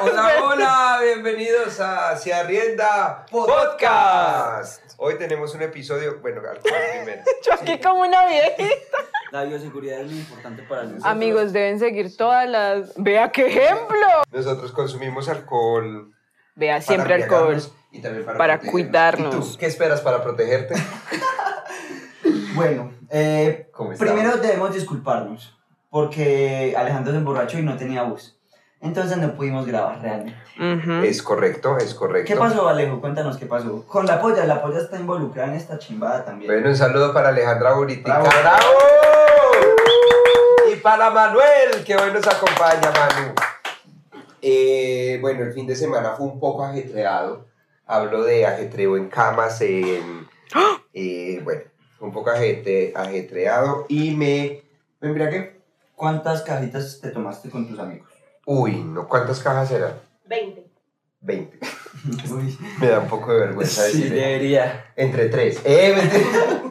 Hola, hola, bienvenidos a Se Arrienda Podcast. Hoy tenemos un episodio, bueno, al primero. Yo aquí como una viejita. La bioseguridad es muy importante para nosotros. Amigos, deben seguir todas las. Vea qué ejemplo. Nosotros consumimos alcohol. Vea para siempre alcohol. embriagarnos Y también para, Para protegernos. cuidarnos. ¿Y tú? ¿Qué esperas para protegerte? Bueno, eh, ¿Cómo Pues estamos? primero debemos disculparnos porque Alejandro se emborrachó y no tenía bus. Entonces no pudimos grabar realmente. Ujú. Es correcto, es correcto. ¿Qué pasó, Alejo? Cuéntanos qué pasó. Con la polla, la polla está involucrada en esta chimbada también. Bueno, un saludo para Alejandra Buritica. Bravo. Y para Manuel, que hoy nos acompaña, Manu. Eh, bueno, el fin de semana fue un poco ajetreado. Hablo de ajetreo en camas, en... eh, bueno, un poco ajete- ajetreado y me... ¿Me embriagué? ¿Cuántas cajitas te tomaste con tus amigos? Uy, no, ¿cuántas cajas eran? 20. 20. Uy, Me da un poco de vergüenza sí, decir. debería. Entre tres. Eh, mentira.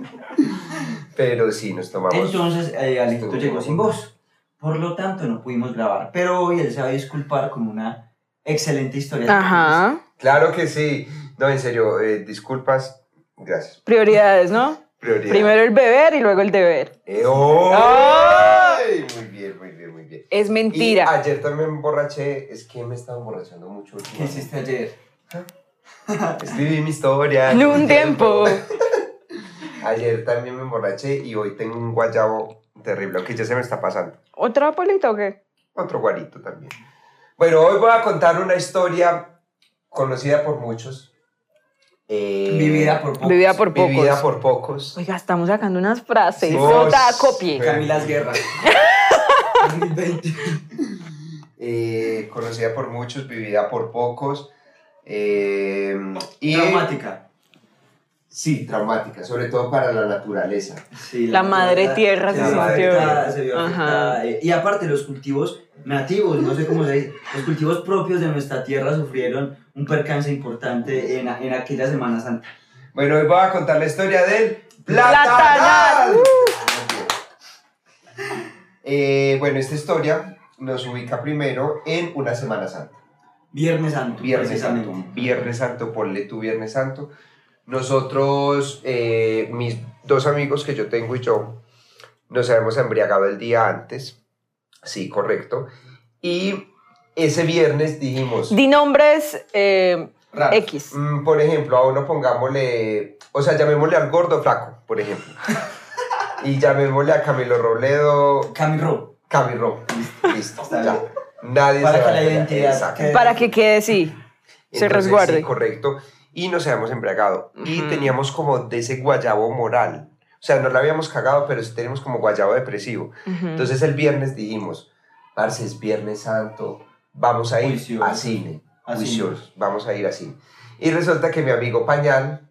Pero sí, nos tomamos... Entonces, eh, Alejito Estuvo- llegó sin voz. Por lo tanto, no pudimos grabar. Pero hoy él se va a disculpar con una excelente historia. Ajá. Claro que sí. No, en serio, eh, disculpas. Gracias. Prioridades, ¿no? Prioridad. Primero el beber y luego el deber. Eh, ¡oh! ¡Ay! Muy bien, muy bien, muy bien. Es Y ¡Ah! mentira. ayer también me emborraché. Es que me estaba emborrachando mucho. ¿Qué últimamente. hiciste ayer? Escribí mi historia. En un tiempo. Ayer también me emborraché y hoy tengo un guayabo terrible, que ya se me está pasando. ¿Otra polita o qué? Otro guarito también. Bueno, hoy voy a contar una historia conocida por muchos. Eh, Vivida por pocos. Vivida por pocos. Vivida por pocos. Oiga, estamos sacando unas frases. Sí. Sota, Vos. copie. Camilas Guerra. 2020. eh, conocida por muchos, vivida por pocos. eh, y, Traumática. Sí, traumática, sobre todo para la naturaleza. Sí, La madre verdad, tierra se se vio sintió. afectada, se vio Ajá. afectada. Eh, Y aparte, los cultivos nativos, no sé cómo se dice, los cultivos propios de nuestra tierra sufrieron un percance importante en, a- en aquella Semana Santa. Bueno, hoy voy a contar la historia del Platanal. platanal. Eh, bueno, esta historia nos ubica primero en una Semana Santa. Viernes Santo, Viernes Santo. precisamente. Viernes Santo, ponle tu Viernes Santo. Nosotros, eh, mis dos amigos que yo tengo y yo, nos habíamos embriagado el día antes. Sí, correcto. Y ese viernes dijimos... Di nombres eh, raro. X. Mm, por ejemplo, a uno pongámosle... O sea, llamémosle al gordo flaco, por ejemplo. y llamémosle a Camilo Robledo Camiro, Camilo. Listo, Está ya. bien. Nadie Para se que va a la enterar. identidad Exacto. quede- Para que quede así. Se Entonces, resguarde. sí, correcto. Y nos habíamos embriagado. Y Ujú. teníamos como de ese guayabo moral. O sea, no la habíamos cagado, pero sí teníamos como guayabo depresivo. Ujú. Entonces el viernes dijimos, parce, es Viernes Santo, vamos a ir Juiciosos. a cine. A cine. Juiciosos, vamos a ir a cine. Y resulta que mi amigo Pañal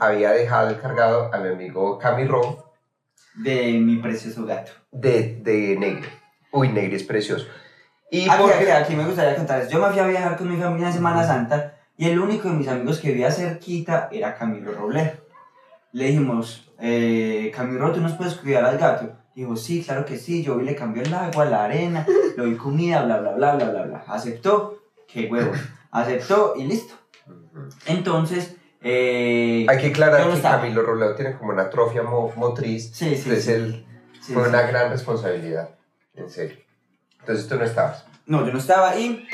había dejado el cargado a mi amigo Camilo de mi precioso gato. de, de Negri. Uy, Negri es precioso. Y Aquí, porque- aquí, aquí me gustaría contarles. Yo me fui a viajar con mi familia en Semana Santa y el único de mis amigos que vivía cerquita era Camilo Robledo. Le dijimos, eh, Camilo, ¿tú nos puedes cuidar al gato? Dijo, sí, claro que sí. Yo vi, le cambió el agua, la arena, le doy comida, bla, bla, bla, bla, bla, bla. Aceptó, qué huevo. Aceptó y listo. Ujú. Entonces, eh, Hay que aclarar Yo no que estaba. Camilo Robledo tiene como una atrofia mo- motriz. sí, sí, Entonces sí, él sí, fue sí. una gran responsabilidad, en serio. Entonces tú no estabas. No, yo no estaba ahí.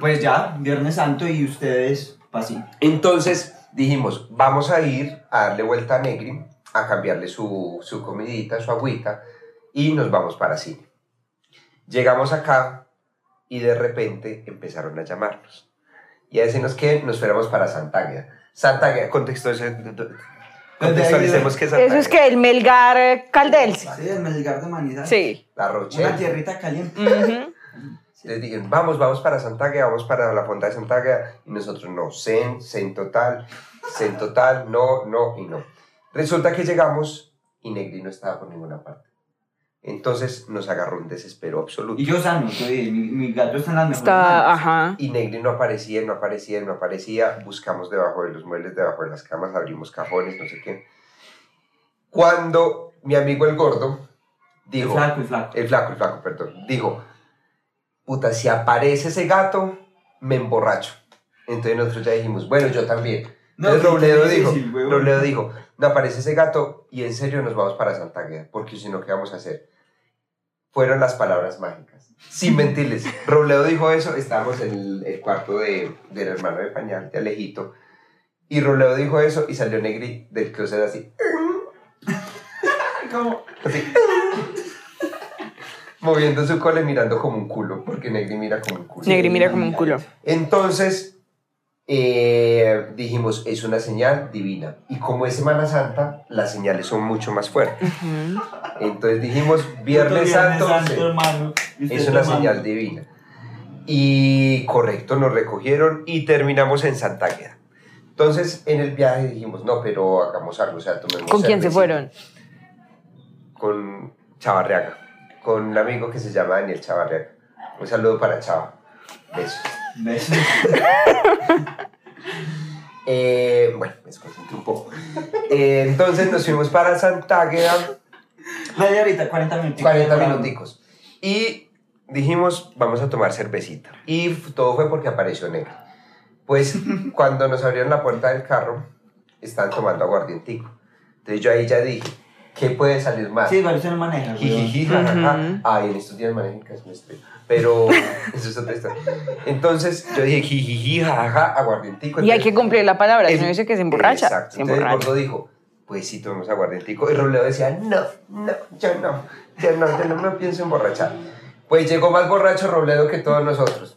Pues ya, Viernes Santo y ustedes, pues pasín. Entonces dijimos, vamos a ir a darle vuelta a Negri, a cambiarle su, su comidita, su agüita, y nos vamos para cine. Llegamos acá y de repente empezaron a llamarnos y a decirnos que nos fuéramos para Santagueda. Santagueda, contextualice- contextualicemos que es Eso es Santagueda. que el Melgar eh, Caldense. Sí, el Melgar de Manizales. Sí. La Una Rochelle. tierrita caliente. Ujú. Les dijeron, vamos, vamos para Santaguea, vamos para la Fonda de Santaguea. Y nosotros, no, zen, zen total, zen total, no, no y no. Resulta que llegamos y Negri no estaba por ninguna parte. Entonces nos agarró un desespero absoluto. Y yo sano, yo dije, mi, mi gato está en las mejores Está, manos. ajá. Y Negri no aparecía, no aparecía, no aparecía. Buscamos debajo de los muebles, debajo de las camas, abrimos cajones, no sé qué. Cuando mi amigo el gordo El dijo, flaco, el flaco. el flaco, el flaco, perdón, dijo, puta, si aparece ese gato, me emborracho. Entonces nosotros ya dijimos, bueno, yo también. Entonces qué Robledo dijo, difícil, huevón. Robledo dijo, no aparece ese gato y en serio nos vamos para Santa Gueda, porque si no, ¿qué vamos a hacer? Fueron las palabras mágicas. Sin mentirles, Robledo dijo eso, estábamos en el, el cuarto de, del hermano de Pañal, de Alejito, y Robledo dijo eso y salió Negri del closet así, Como- así, moviendo su cola y mirando como un culo, porque Negri mira como un culo. Negri mira como un culo. Entonces, eh, dijimos, es una señal divina. Y como es Semana Santa, las señales son mucho más fuertes. Ujú. Entonces dijimos, Puto Viernes Santo se- hermano. Y usted es una tomando. señal divina. Y correcto, nos recogieron y terminamos en Santa Águeda. Entonces, en el viaje dijimos, no, pero hagamos algo, o sea, tomemos ¿Con quién se cervecita. fueron? Con Chavarriaga, con un amigo que se llama Daniel Chavarriaga. Un saludo para Chava. Besos. Besos. Eh, bueno, me desconcentré un poco. Eh, entonces nos fuimos para Santágueda, Media horita, 40 minutos. 40 minuticos. Y dijimos, vamos a tomar cervecita. Y f- todo fue porque apareció negro. Pues cuando nos abrieron la puerta del carro, estaban tomando aguardientico. Entonces yo ahí ya dije, ¿qué puede salir mal? Sí, igual usted no maneja. huevón. Jijiji, jajaja. Ujú. Ay, en estos días manejan casi me estrello. Pero eso es otra historia. Entonces yo dije, jijiji, jajaja, aguardientico. Y hay Entonces- que cumplir la palabra, si Es- no dice que se emborracha. Exacto. Se Entonces el emborracha. gordo dijo, pues sí, tomemos aguardientico. Y Robledo decía, no, no, yo no, yo no, yo no me pienso emborrachar. Pues llegó más borracho Robledo que todos nosotros.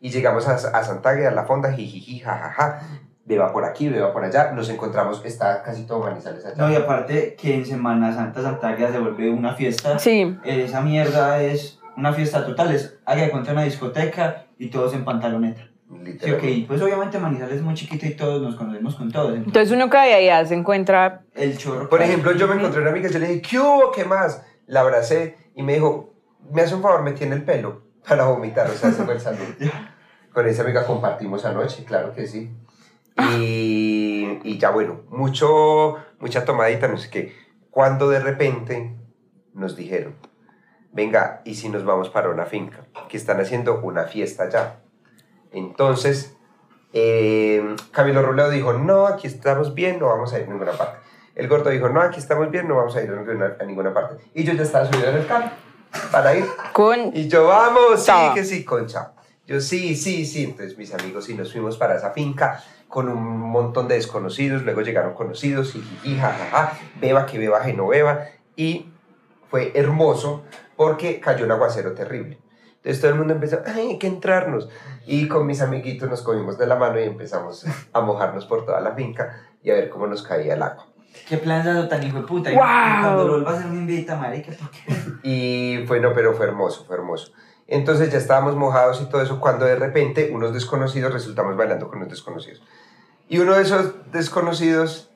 Y llegamos a, a Santa Águeda, a la fonda, jijiji, jajaja. Beba por aquí, beba por allá. Nos encontramos, está casi todo Manizales allá. No, y aparte que en Semana Santa Santa Águeda se vuelve una fiesta. Sí, Esa mierda es una fiesta total. Es allá contra una discoteca y todos en pantaloneta. Sí, Literal. ok. Pues obviamente Manizales es muy chiquito y todos nos conocemos con todos. entonces entonces uno cae ahí, ya se encuentra. el chorro. Por ejemplo, yo me encontré una amiga, yo le dije, ¿qué hubo? ¿Qué más? La abracé y me dijo, me hace un favor, me tiene el pelo para vomitar, o sea, se fue el saludo. Con esa amiga compartimos anoche, claro que sí. Y, y ya bueno, mucho, mucha tomadita, no sé qué. Cuando de repente nos dijeron, venga, ¿y si nos vamos para una finca? Que están haciendo una fiesta ya. Entonces, eh, Camilo Robledo dijo, no, aquí estamos bien, no vamos a ir a ninguna parte. El gordo dijo, no, aquí estamos bien, no vamos a ir a ninguna, a ninguna parte. Y yo ya estaba subido en el carro para ir. Con. Y yo, vamos, sí, Chao. que sí, concha. Yo, sí, sí, sí. Entonces, mis amigos y nos fuimos para esa finca con un montón de desconocidos. Luego llegaron conocidos, jijiji, jajaja, beba que beba, que no beba. Y fue hermoso porque cayó un aguacero terrible. Entonces todo el mundo empezó, ay, hay que entrarnos. Y con mis amiguitos nos cogimos de la mano y empezamos a mojarnos por toda la finca y a ver cómo nos caía el agua. Qué plan dado tan hijo de puta. Y Wow. Cuando lo vuelva a hacer me invita, marica, porque Y fue, no, pero fue hermoso, fue hermoso. Entonces ya estábamos mojados y todo eso, cuando de repente unos desconocidos resultamos bailando con unos desconocidos. Y uno de esos desconocidos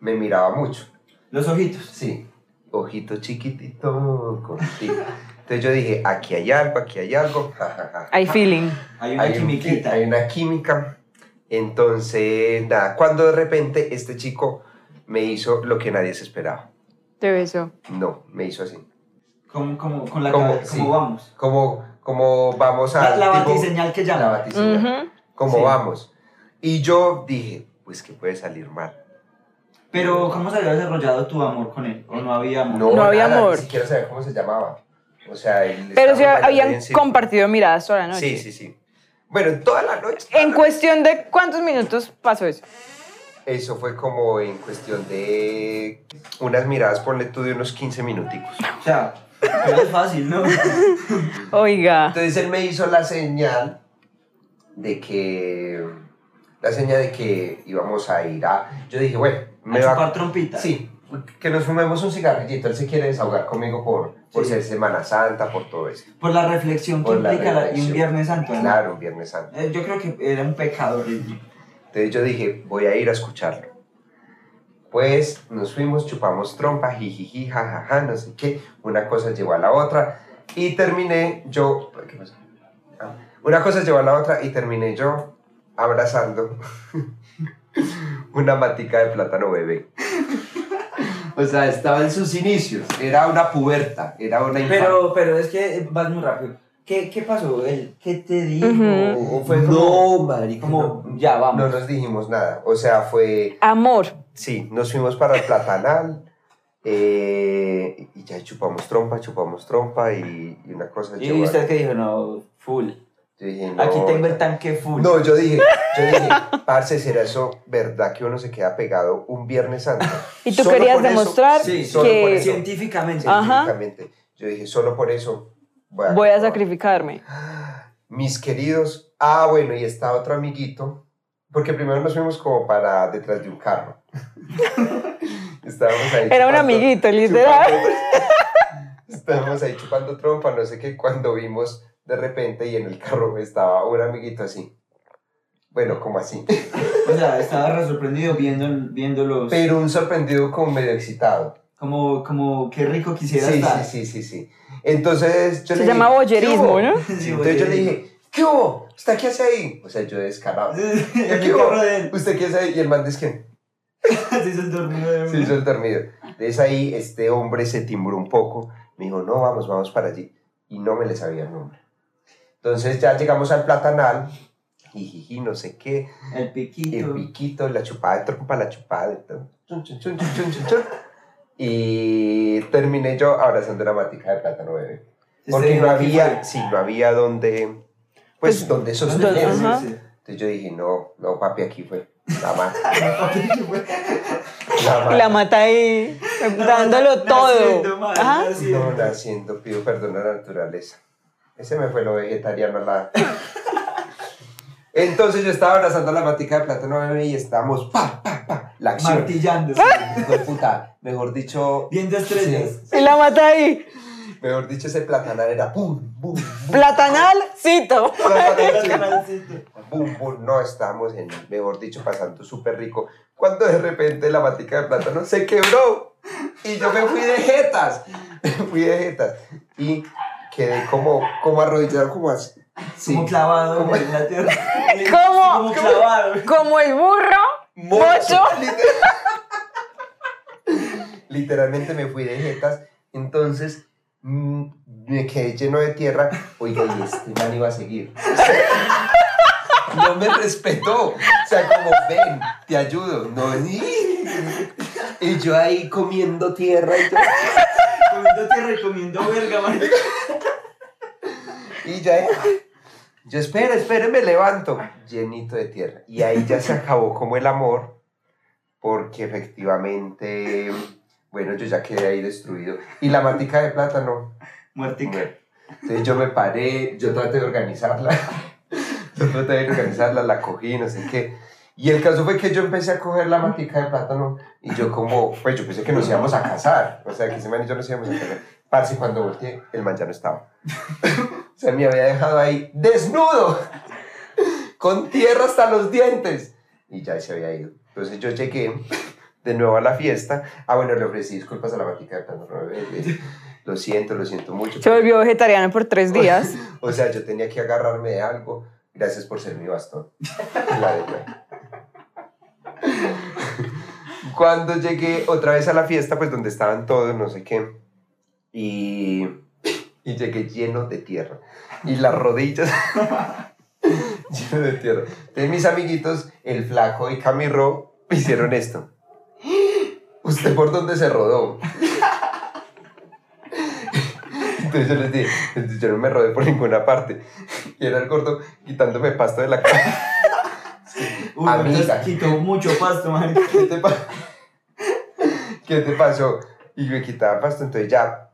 me miraba mucho. los ojitos. Sí, ojito chiquitito, cortito. Entonces yo dije, aquí hay algo, aquí hay algo. ja, ja, ja. Hay feeling. Hay una Hay un- quimiquita. hay una química. Entonces, nada, cuando de repente este chico me hizo lo que nadie se esperaba. Te beso. No, me hizo así. Como, como, con la Como- cabeza, sí. como vamos. Como, como vamos a... La, la tipo- batiseñal que la llama. batiseñal. Ujú. ¿Cómo Sí. vamos? Y yo dije, pues que puede salir mal. Pero, ¿cómo se había desarrollado tu amor con él? ¿O no había amor? No había amor. Ni siquiera sabía cómo se llamaba. O sea, él Pero estaba si bailando habían bien, sí. compartido miradas toda la noche. Sí, sí, sí. Bueno, toda la noche. En cuestión de cuántos minutos pasó eso. Eso fue como en cuestión de unas miradas, ponle tú, de unos 15 minuticos. O sea, pero es fácil, ¿no? Oiga. Entonces él me hizo la señal de que... La señal de que íbamos a ir a... Yo dije, bueno, me a va chupar trompita. Sí, que nos fumemos un cigarrillito. Él se quiere desahogar conmigo por, por Sí. ser Semana Santa, por todo eso. Por la reflexión que Por la implica la- y un reflexión. Viernes Santo. ¿no? Claro, un Viernes Santo. Eh, yo creo que era un pecado horrible. Entonces yo dije, voy a ir a escucharlo. Pues nos fuimos, chupamos trompa, jijiji, jajaja, no sé qué. Una cosa llevó a la otra y terminé yo... ¿Qué pasa? Ah, Una cosa llevó a la otra y terminé yo abrazando una matica de plátano bebé. O sea, estaba en sus inicios, era una puberta, era una infancia. Pero, pero es que vas muy rápido. ¿Qué, qué pasó? ¿El, ¿Qué te dijo? Ujú. ¿O fue como, no, marica, como, no, ya no vamos? nos dijimos nada. O sea, fue, Amor. sí, nos fuimos para el platanal eh, y ya chupamos trompa, chupamos trompa y, y una cosa. y llevó a- usted que dijo, no, full. yo dije, Aquí no, tengo el tanque full. No, yo dije, yo dije, parce, ¿será eso verdad que uno se queda pegado un viernes santo? Y tú Solo querías por eso, demostrar sí, solo que- por eso, Científicamente. Ah. Ajá. científicamente. Yo dije, solo por eso Voy a sacrificarme. Mis queridos, ah, bueno, y está otro amiguito, porque primero nos fuimos como para detrás de un carro. Estábamos ahí. Era un chupando- amiguito, literal. chupando- Estábamos ahí chupando trompa, no sé qué, cuando vimos de repente y en el carro estaba un amiguito así. Bueno, como así. O sea, estaba re sorprendido viendo, viéndolos. Pero un sorprendido como medio excitado. Como, como, qué rico quisiera Sí, sí, estar. sí, sí, sí. Entonces yo Se le dije, llama "¿Qué boyerismo, hubo?". ¿no? Sí, entonces Sí, yo le boyerismo. dije, ¿qué hubo? ¿Usted qué hace ahí? O sea, yo descarado. En ¿Qué el hubo? carro de él. ¿Usted qué hace ahí? Y el man dice que Se hizo el dormido de se hizo una. el dormido. Entonces ahí este hombre se timbró un poco. Me dijo, no, vamos, vamos para allí. Y no me le sabía el nombre. Entonces ya llegamos al platanal. Jijiji, no sé qué. El el piquito. piquito, la chupada de trompa, la chupada de tro- chun, chun, chun, chun, chun, chun, chun. Y terminé yo abrazando una matica de plátano bebé. Porque Este, no aquí había, fue. sí, no había donde, pues, Pues, donde ¿Dónde sostenerse. ajá. fue ese? Entonces yo dije, no, no, papi, aquí fue. La mata. Aquí fue. La Y mata. la mata ahí, mata dándolo naciendo, todo. madre, Ajá. naciendo. No, naciendo, pido perdón a la naturaleza. Ese me fue lo vegetariano al lado. Entonces yo estaba abrazando la matica de plátano bebé y estábamos, pa, pa, pa, la acción. Martillándose. Hijo de puta, mejor dicho, Viendo estrellas. Y la mata ahí. mejor dicho, ese platanal era pum, pum, pum. Platanalcito. Los platanal, canalcitos. sí, pum, pum. No estábamos en, mejor dicho, pasando súper rico. Cuando de repente la matica de plátano se quebró y yo me fui de jetas, fui de jetas y quedé como, como arrodillado, como así. Sí. Como clavado Como- en la tierra. ¿Cómo? Como clavado. Como el burro. Mocho. Liter- Literalmente me fui de jetas, entonces mm, me quedé lleno de tierra. Oiga, y este man iba a seguir. O sea, no me respetó. O sea, como ven, te ayudo. No, ni. Y yo ahí comiendo tierra y yo. Comiendo te recomiendo verga, marica. Y ya, ah, yo espera, espera, me levanto, llenito de tierra. Y ahí ya se acabó como el amor, porque efectivamente, bueno, yo ya quedé ahí destruido. Y la matica de plátano, Muertica. bueno, entonces yo me paré, yo traté de organizarla, yo traté de organizarla, la cogí, no sé qué. Y el caso fue que yo empecé a coger la matica de plátano y yo como, pues yo pensé que nos íbamos a casar, o sea, que ese man y yo nos íbamos a casar. Parce, cuando volteé, el man ya no estaba. O sea, me había dejado ahí desnudo, con tierra hasta los dientes. Y ya se había ido. Entonces yo llegué de nuevo a la fiesta. Ah, bueno, le ofrecí disculpas a la matica de plátano. no, eh, eh, Lo siento, lo siento mucho. Se volvió vegetariano por tres días. O sea, yo tenía que agarrarme de algo. Gracias por ser mi bastón. La verdad. Cuando llegué otra vez a la fiesta, pues donde estaban todos, no sé qué, y, y llegué lleno de tierra. Y las rodillas lleno de tierra. Entonces mis amiguitos, el flaco y Camiro, hicieron esto. ¿Usted por dónde se rodó? Entonces yo les dije, entonces yo no me rodé por ninguna parte. Y era el gordo quitándome pasto de la cara. Uy, Amiga. entonces quitó mucho pasto, marica. ¿Qué te, pa- ¿Qué te pasó? Y me quitaba pasto, entonces ya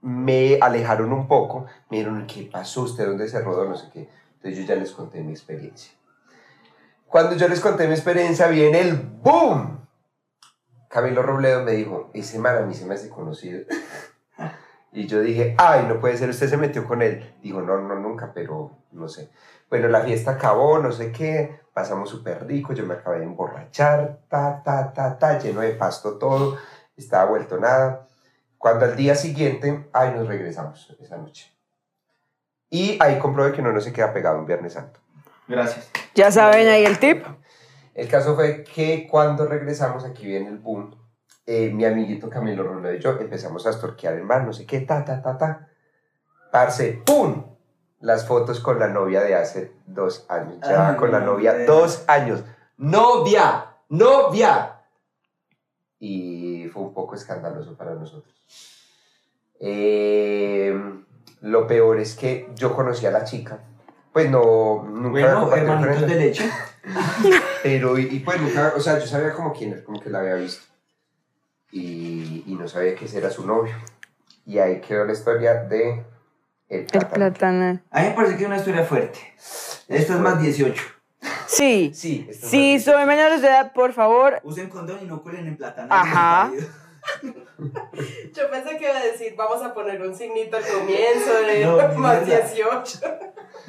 me alejaron un poco, me dijeron, ¿qué pasó? ¿Usted dónde se rodó? No sé qué. Entonces yo ya les conté mi experiencia. Cuando yo les conté mi experiencia, viene el boom. Camilo Robledo me dijo, ese man a mí se me hace conocido. Y yo dije, ay, no puede ser, usted se metió con él. Dijo, no, no, nunca, pero no sé. Bueno, la fiesta acabó, no sé qué, pasamos súper rico, yo me acabé de emborrachar, ta, ta, ta, ta, lleno de pasto todo, estaba vuelto nada. Cuando al día siguiente, ay, nos regresamos esa noche. Y ahí comprobé que uno no se queda pegado un Viernes Santo. Gracias. Ya saben ahí el tip. El caso fue que cuando regresamos, aquí viene el boom, eh, mi amiguito Camilo Rolo y yo empezamos a estorquear el mar, no sé qué, ta, ta, ta, ta. Parce, ¡pum! las fotos con la novia de hace dos años. Ya Ay, con la novia, hombre. dos años. ¡Novia! ¡Novia! Y fue un poco escandaloso para nosotros. Eh, lo peor es que yo conocí a la chica. Pues no, nunca había Bueno, compartido con hermanitos ella. de leche. Pero, y, y pues nunca, o sea, yo sabía como quién era, como que la había visto. Y, y no sabía que ese era su novio. Y ahí quedó la historia de El El Plátano. plátano. A mí me parece que es una historia fuerte. Esta es más 18. Sí. Sí, esto es Si maravilloso. son menores de edad, por favor. Usen condón y no cuelen en plátano. Ajá. Yo pensé que iba a decir, vamos a poner un signito al comienzo de No, ni más mierda. 18.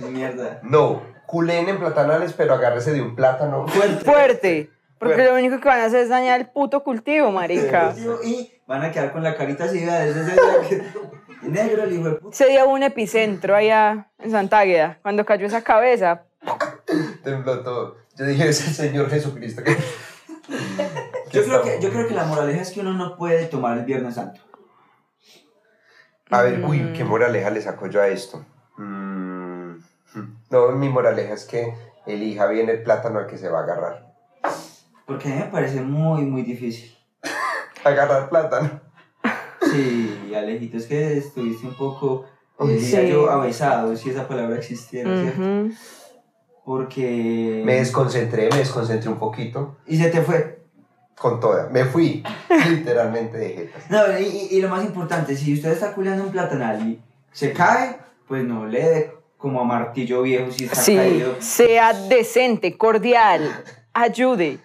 Mierda. No, culen en platanales, pero agárrese de un plátano. Fuerte. Fuerte. Porque Fuerte. lo único que van a hacer es dañar el puto cultivo, marica. Y van a quedar con la carita así, vea, desde ese día que- Y negro, el hijo de puta. Se dio un epicentro allá en Santa Águeda. Cuando cayó esa cabeza, Tembló todo. Yo dije, es el Señor Jesucristo. que- Yo creo, estamos- que, yo creo que la moraleja es que uno no puede tomar el Viernes Santo. A ver, uy, Mm. qué moraleja le saco yo a esto. Mm, No, mi moraleja es que elija bien el plátano al que se va a agarrar. Porque a mí me parece muy, muy difícil. Agarrar plátano. Sí, Alejito, es que estuviste un poco, eh, Uy, diría sí. yo, avesado, si esa palabra existiera, ¿cierto? Ujú. Porque... Me desconcentré, me desconcentré un poquito. Y se te fue. con toda. Me fui literalmente de jetas. No, y, y- y lo más importante, si usted está culeando un platanal y se cae, pues no le dé como a martillo viejo si está Sí, caído. sea decente, cordial, ayude.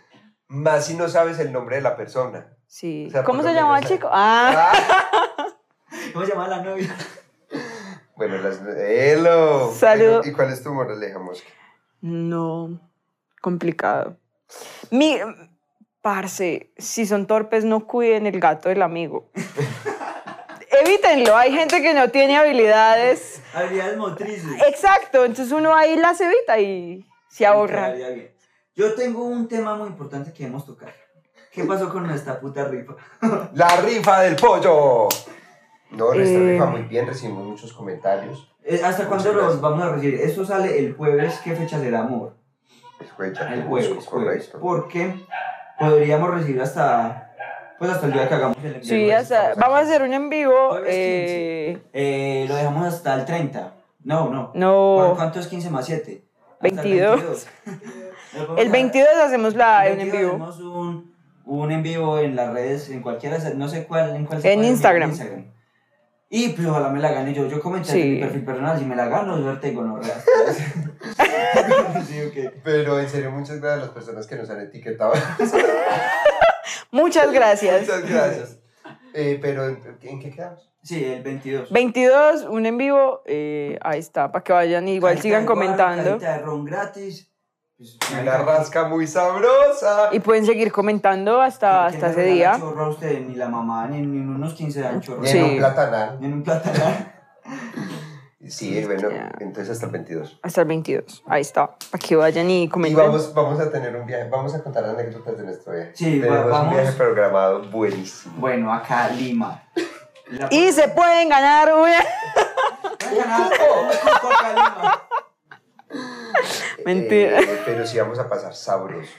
Más si no sabes el nombre de la persona. Sí. O sea, ¿Cómo por se lo llamaba el menos, eh, chico? Ah, Ah, ¿Cómo se llama la novia? bueno, las... ¡Hello! Saludo. ¿Y cuál es tu moraleja, Mosca? no, complicado. Mi, parce, si son torpes, no cuiden el gato del amigo. Evítenlo, hay gente que no tiene habilidades. Habilidades motrices. Exacto, entonces uno ahí las evita y se ahorra. Quedaría bien. Yo tengo un tema muy importante que debemos tocar. ¿Qué pasó con nuestra puta rifa? ¡La rifa del pollo! No, nuestra Eh. rifa muy bien, recibimos muchos comentarios. Eh, ¿Hasta cuándo los vamos a recibir? Esto sale el jueves. ¿Qué fecha será, amor? El jueves, Pues, ya El te jueves, busco, jueves. correcto. Porque podríamos recibir hasta... Pues hasta el día que hagamos el envío. Sí, o sea, vamos a hacer un en vivo. Jueves 15. eh, Eh, lo dejamos hasta el 30. No, no. ¿Cu- no, ¿Cuánto es 15 más 7? 22. el 22 22 hacemos la El en 22 vivo. hacemos un, un en vivo en las redes, en cualquiera, de esas- no sé cuál, en cuál En puede, Instagram. Y pues ojalá me la gane yo. Yo comenté Sí. en mi perfil personal, si me la gano, suerte con los sí, ok. Pero en serio, muchas gracias a las personas que nos han etiquetado. Muchas gracias. muchas gracias. Eh, pero, ¿en, en qué quedamos? Sí, el 22. 22, un en vivo, eh, ahí está, para que vayan y igual Carita sigan de guaro, comentando. Carita de ron gratis. Pues, Una rasca muy sabrosa. Y pueden seguir comentando hasta, ¿quién Ah, hasta le ese regala día. chorro a usted? ni la mamá, ni, ni en unos 15 años chorro. Y en Sí. un platanal. Ni en un platanar. Sí, bueno, Ya. entonces hasta el 22. Hasta el 22, ahí está, para que vayan y Y comenten. vamos, vamos a tener un viaje, vamos a contar anécdotas de nuestro viaje. Sí, va- Tenemos vamos. un viaje programado buenísimo. Bueno, acá Lima. La- Y se pueden ganar una... Voy a ganar un cupo acá Lima. Mentira. Eh, pero sí vamos a pasar sabroso.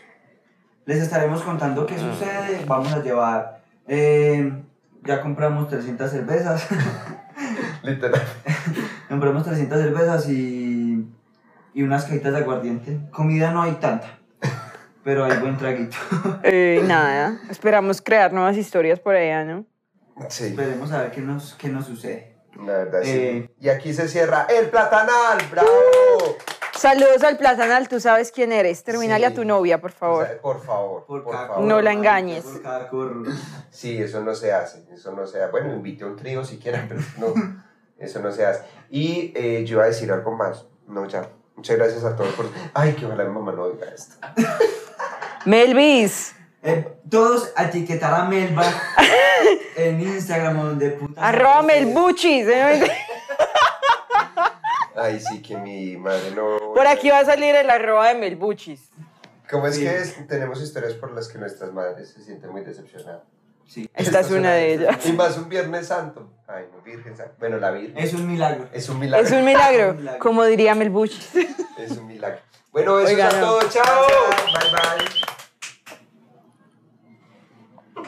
Les estaremos contando qué sucede. Vamos a llevar. eh, ya compramos 300 cervezas. Literal. compramos 300 cervezas y, y unas cajitas de aguardiente. Comida no hay tanta, pero hay buen traguito. Eh, nada, esperamos crear nuevas historias por allá, ¿no? Sí, Esperemos a ver qué nos, qué nos sucede. la verdad sí. Eh. Y aquí se cierra el platanal, bravo. Saludos al Platanal, tú sabes quién eres. Terminale Sí. a tu novia, por O favor. sea, por favor, por, Por cada favor. No la corro, engañes. Por cada corro. Sí, eso no se hace, eso no se hace. Bueno, invite a un trío si quieren, pero no, eso no se hace. Y eh, yo iba a decir algo más. No, ya. Muchas gracias a todos por... Ay, que ojalá mi mamá no oiga esto. Melvis, Eh, todos etiquetar a Melba en Instagram o donde puta. arroba Melbuchis. ¿eh? Ay, sí, que mi madre no... Por aquí va a salir el arroba de Melbuchis. ¿Cómo es Sí. que es- tenemos historias por las que nuestras madres se sienten muy decepcionadas? Sí. Esta es una de ellas. Y más un Viernes Santo. Ay, no, Virgen Santa. Bueno, la Virgen. Es un milagro. Es un milagro. Es un Un milagro, milagro. como diría Mel Bush. Es un milagro. Bueno, eso Oiga, es no. todo. Chao. Bye bye.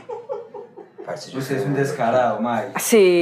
Parce, yo Usted es soy un pues, descarado, Mike. Sí.